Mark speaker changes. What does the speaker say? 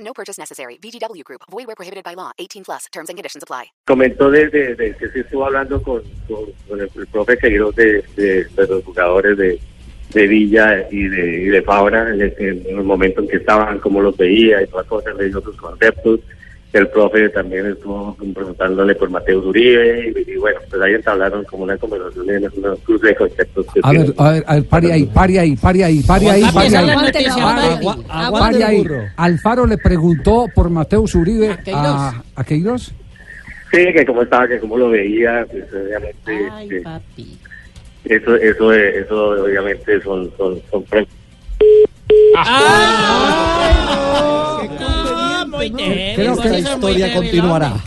Speaker 1: No purchase necessary. VGW Group. Void where prohibited by law. 18 plus. Terms and conditions apply.
Speaker 2: Comentó desde de, que se estuvo hablando con, con- con el, el profe Queiroz de, de- de los jugadores de, de Villa y de, y de Fabra en, el- en el momento en que estaban, cómo los veía y todas cosas, le dio sus conceptos. El profe también estuvo preguntándole por Mateo Uribe y, y bueno, pues ahí entablaron como una conversación en una cruce de conceptos. que
Speaker 3: A ver,
Speaker 2: tienen.
Speaker 3: a ver, a ver, pare ahí, pare ahí, pare ahí, pare ahí,
Speaker 4: Aguante,
Speaker 3: pare ahí.
Speaker 4: aguante,
Speaker 3: Pare-
Speaker 4: aguante.
Speaker 3: agu-
Speaker 4: Aguante,
Speaker 3: pare ahí.
Speaker 4: burro.
Speaker 3: Alfaro le preguntó por Mateus Uribe
Speaker 4: A Queiroz.
Speaker 3: a, a Queiroz.
Speaker 2: Sí, que cómo estaba, que cómo lo veía, pues obviamente.
Speaker 4: Ay,
Speaker 2: este,
Speaker 4: papi.
Speaker 2: Eso, eso, eh, eso obviamente son, son, son pre-
Speaker 4: Muy bien,
Speaker 3: Creo
Speaker 4: eso
Speaker 3: que la
Speaker 4: es muy
Speaker 5: historia
Speaker 4: revelable.
Speaker 5: continuará.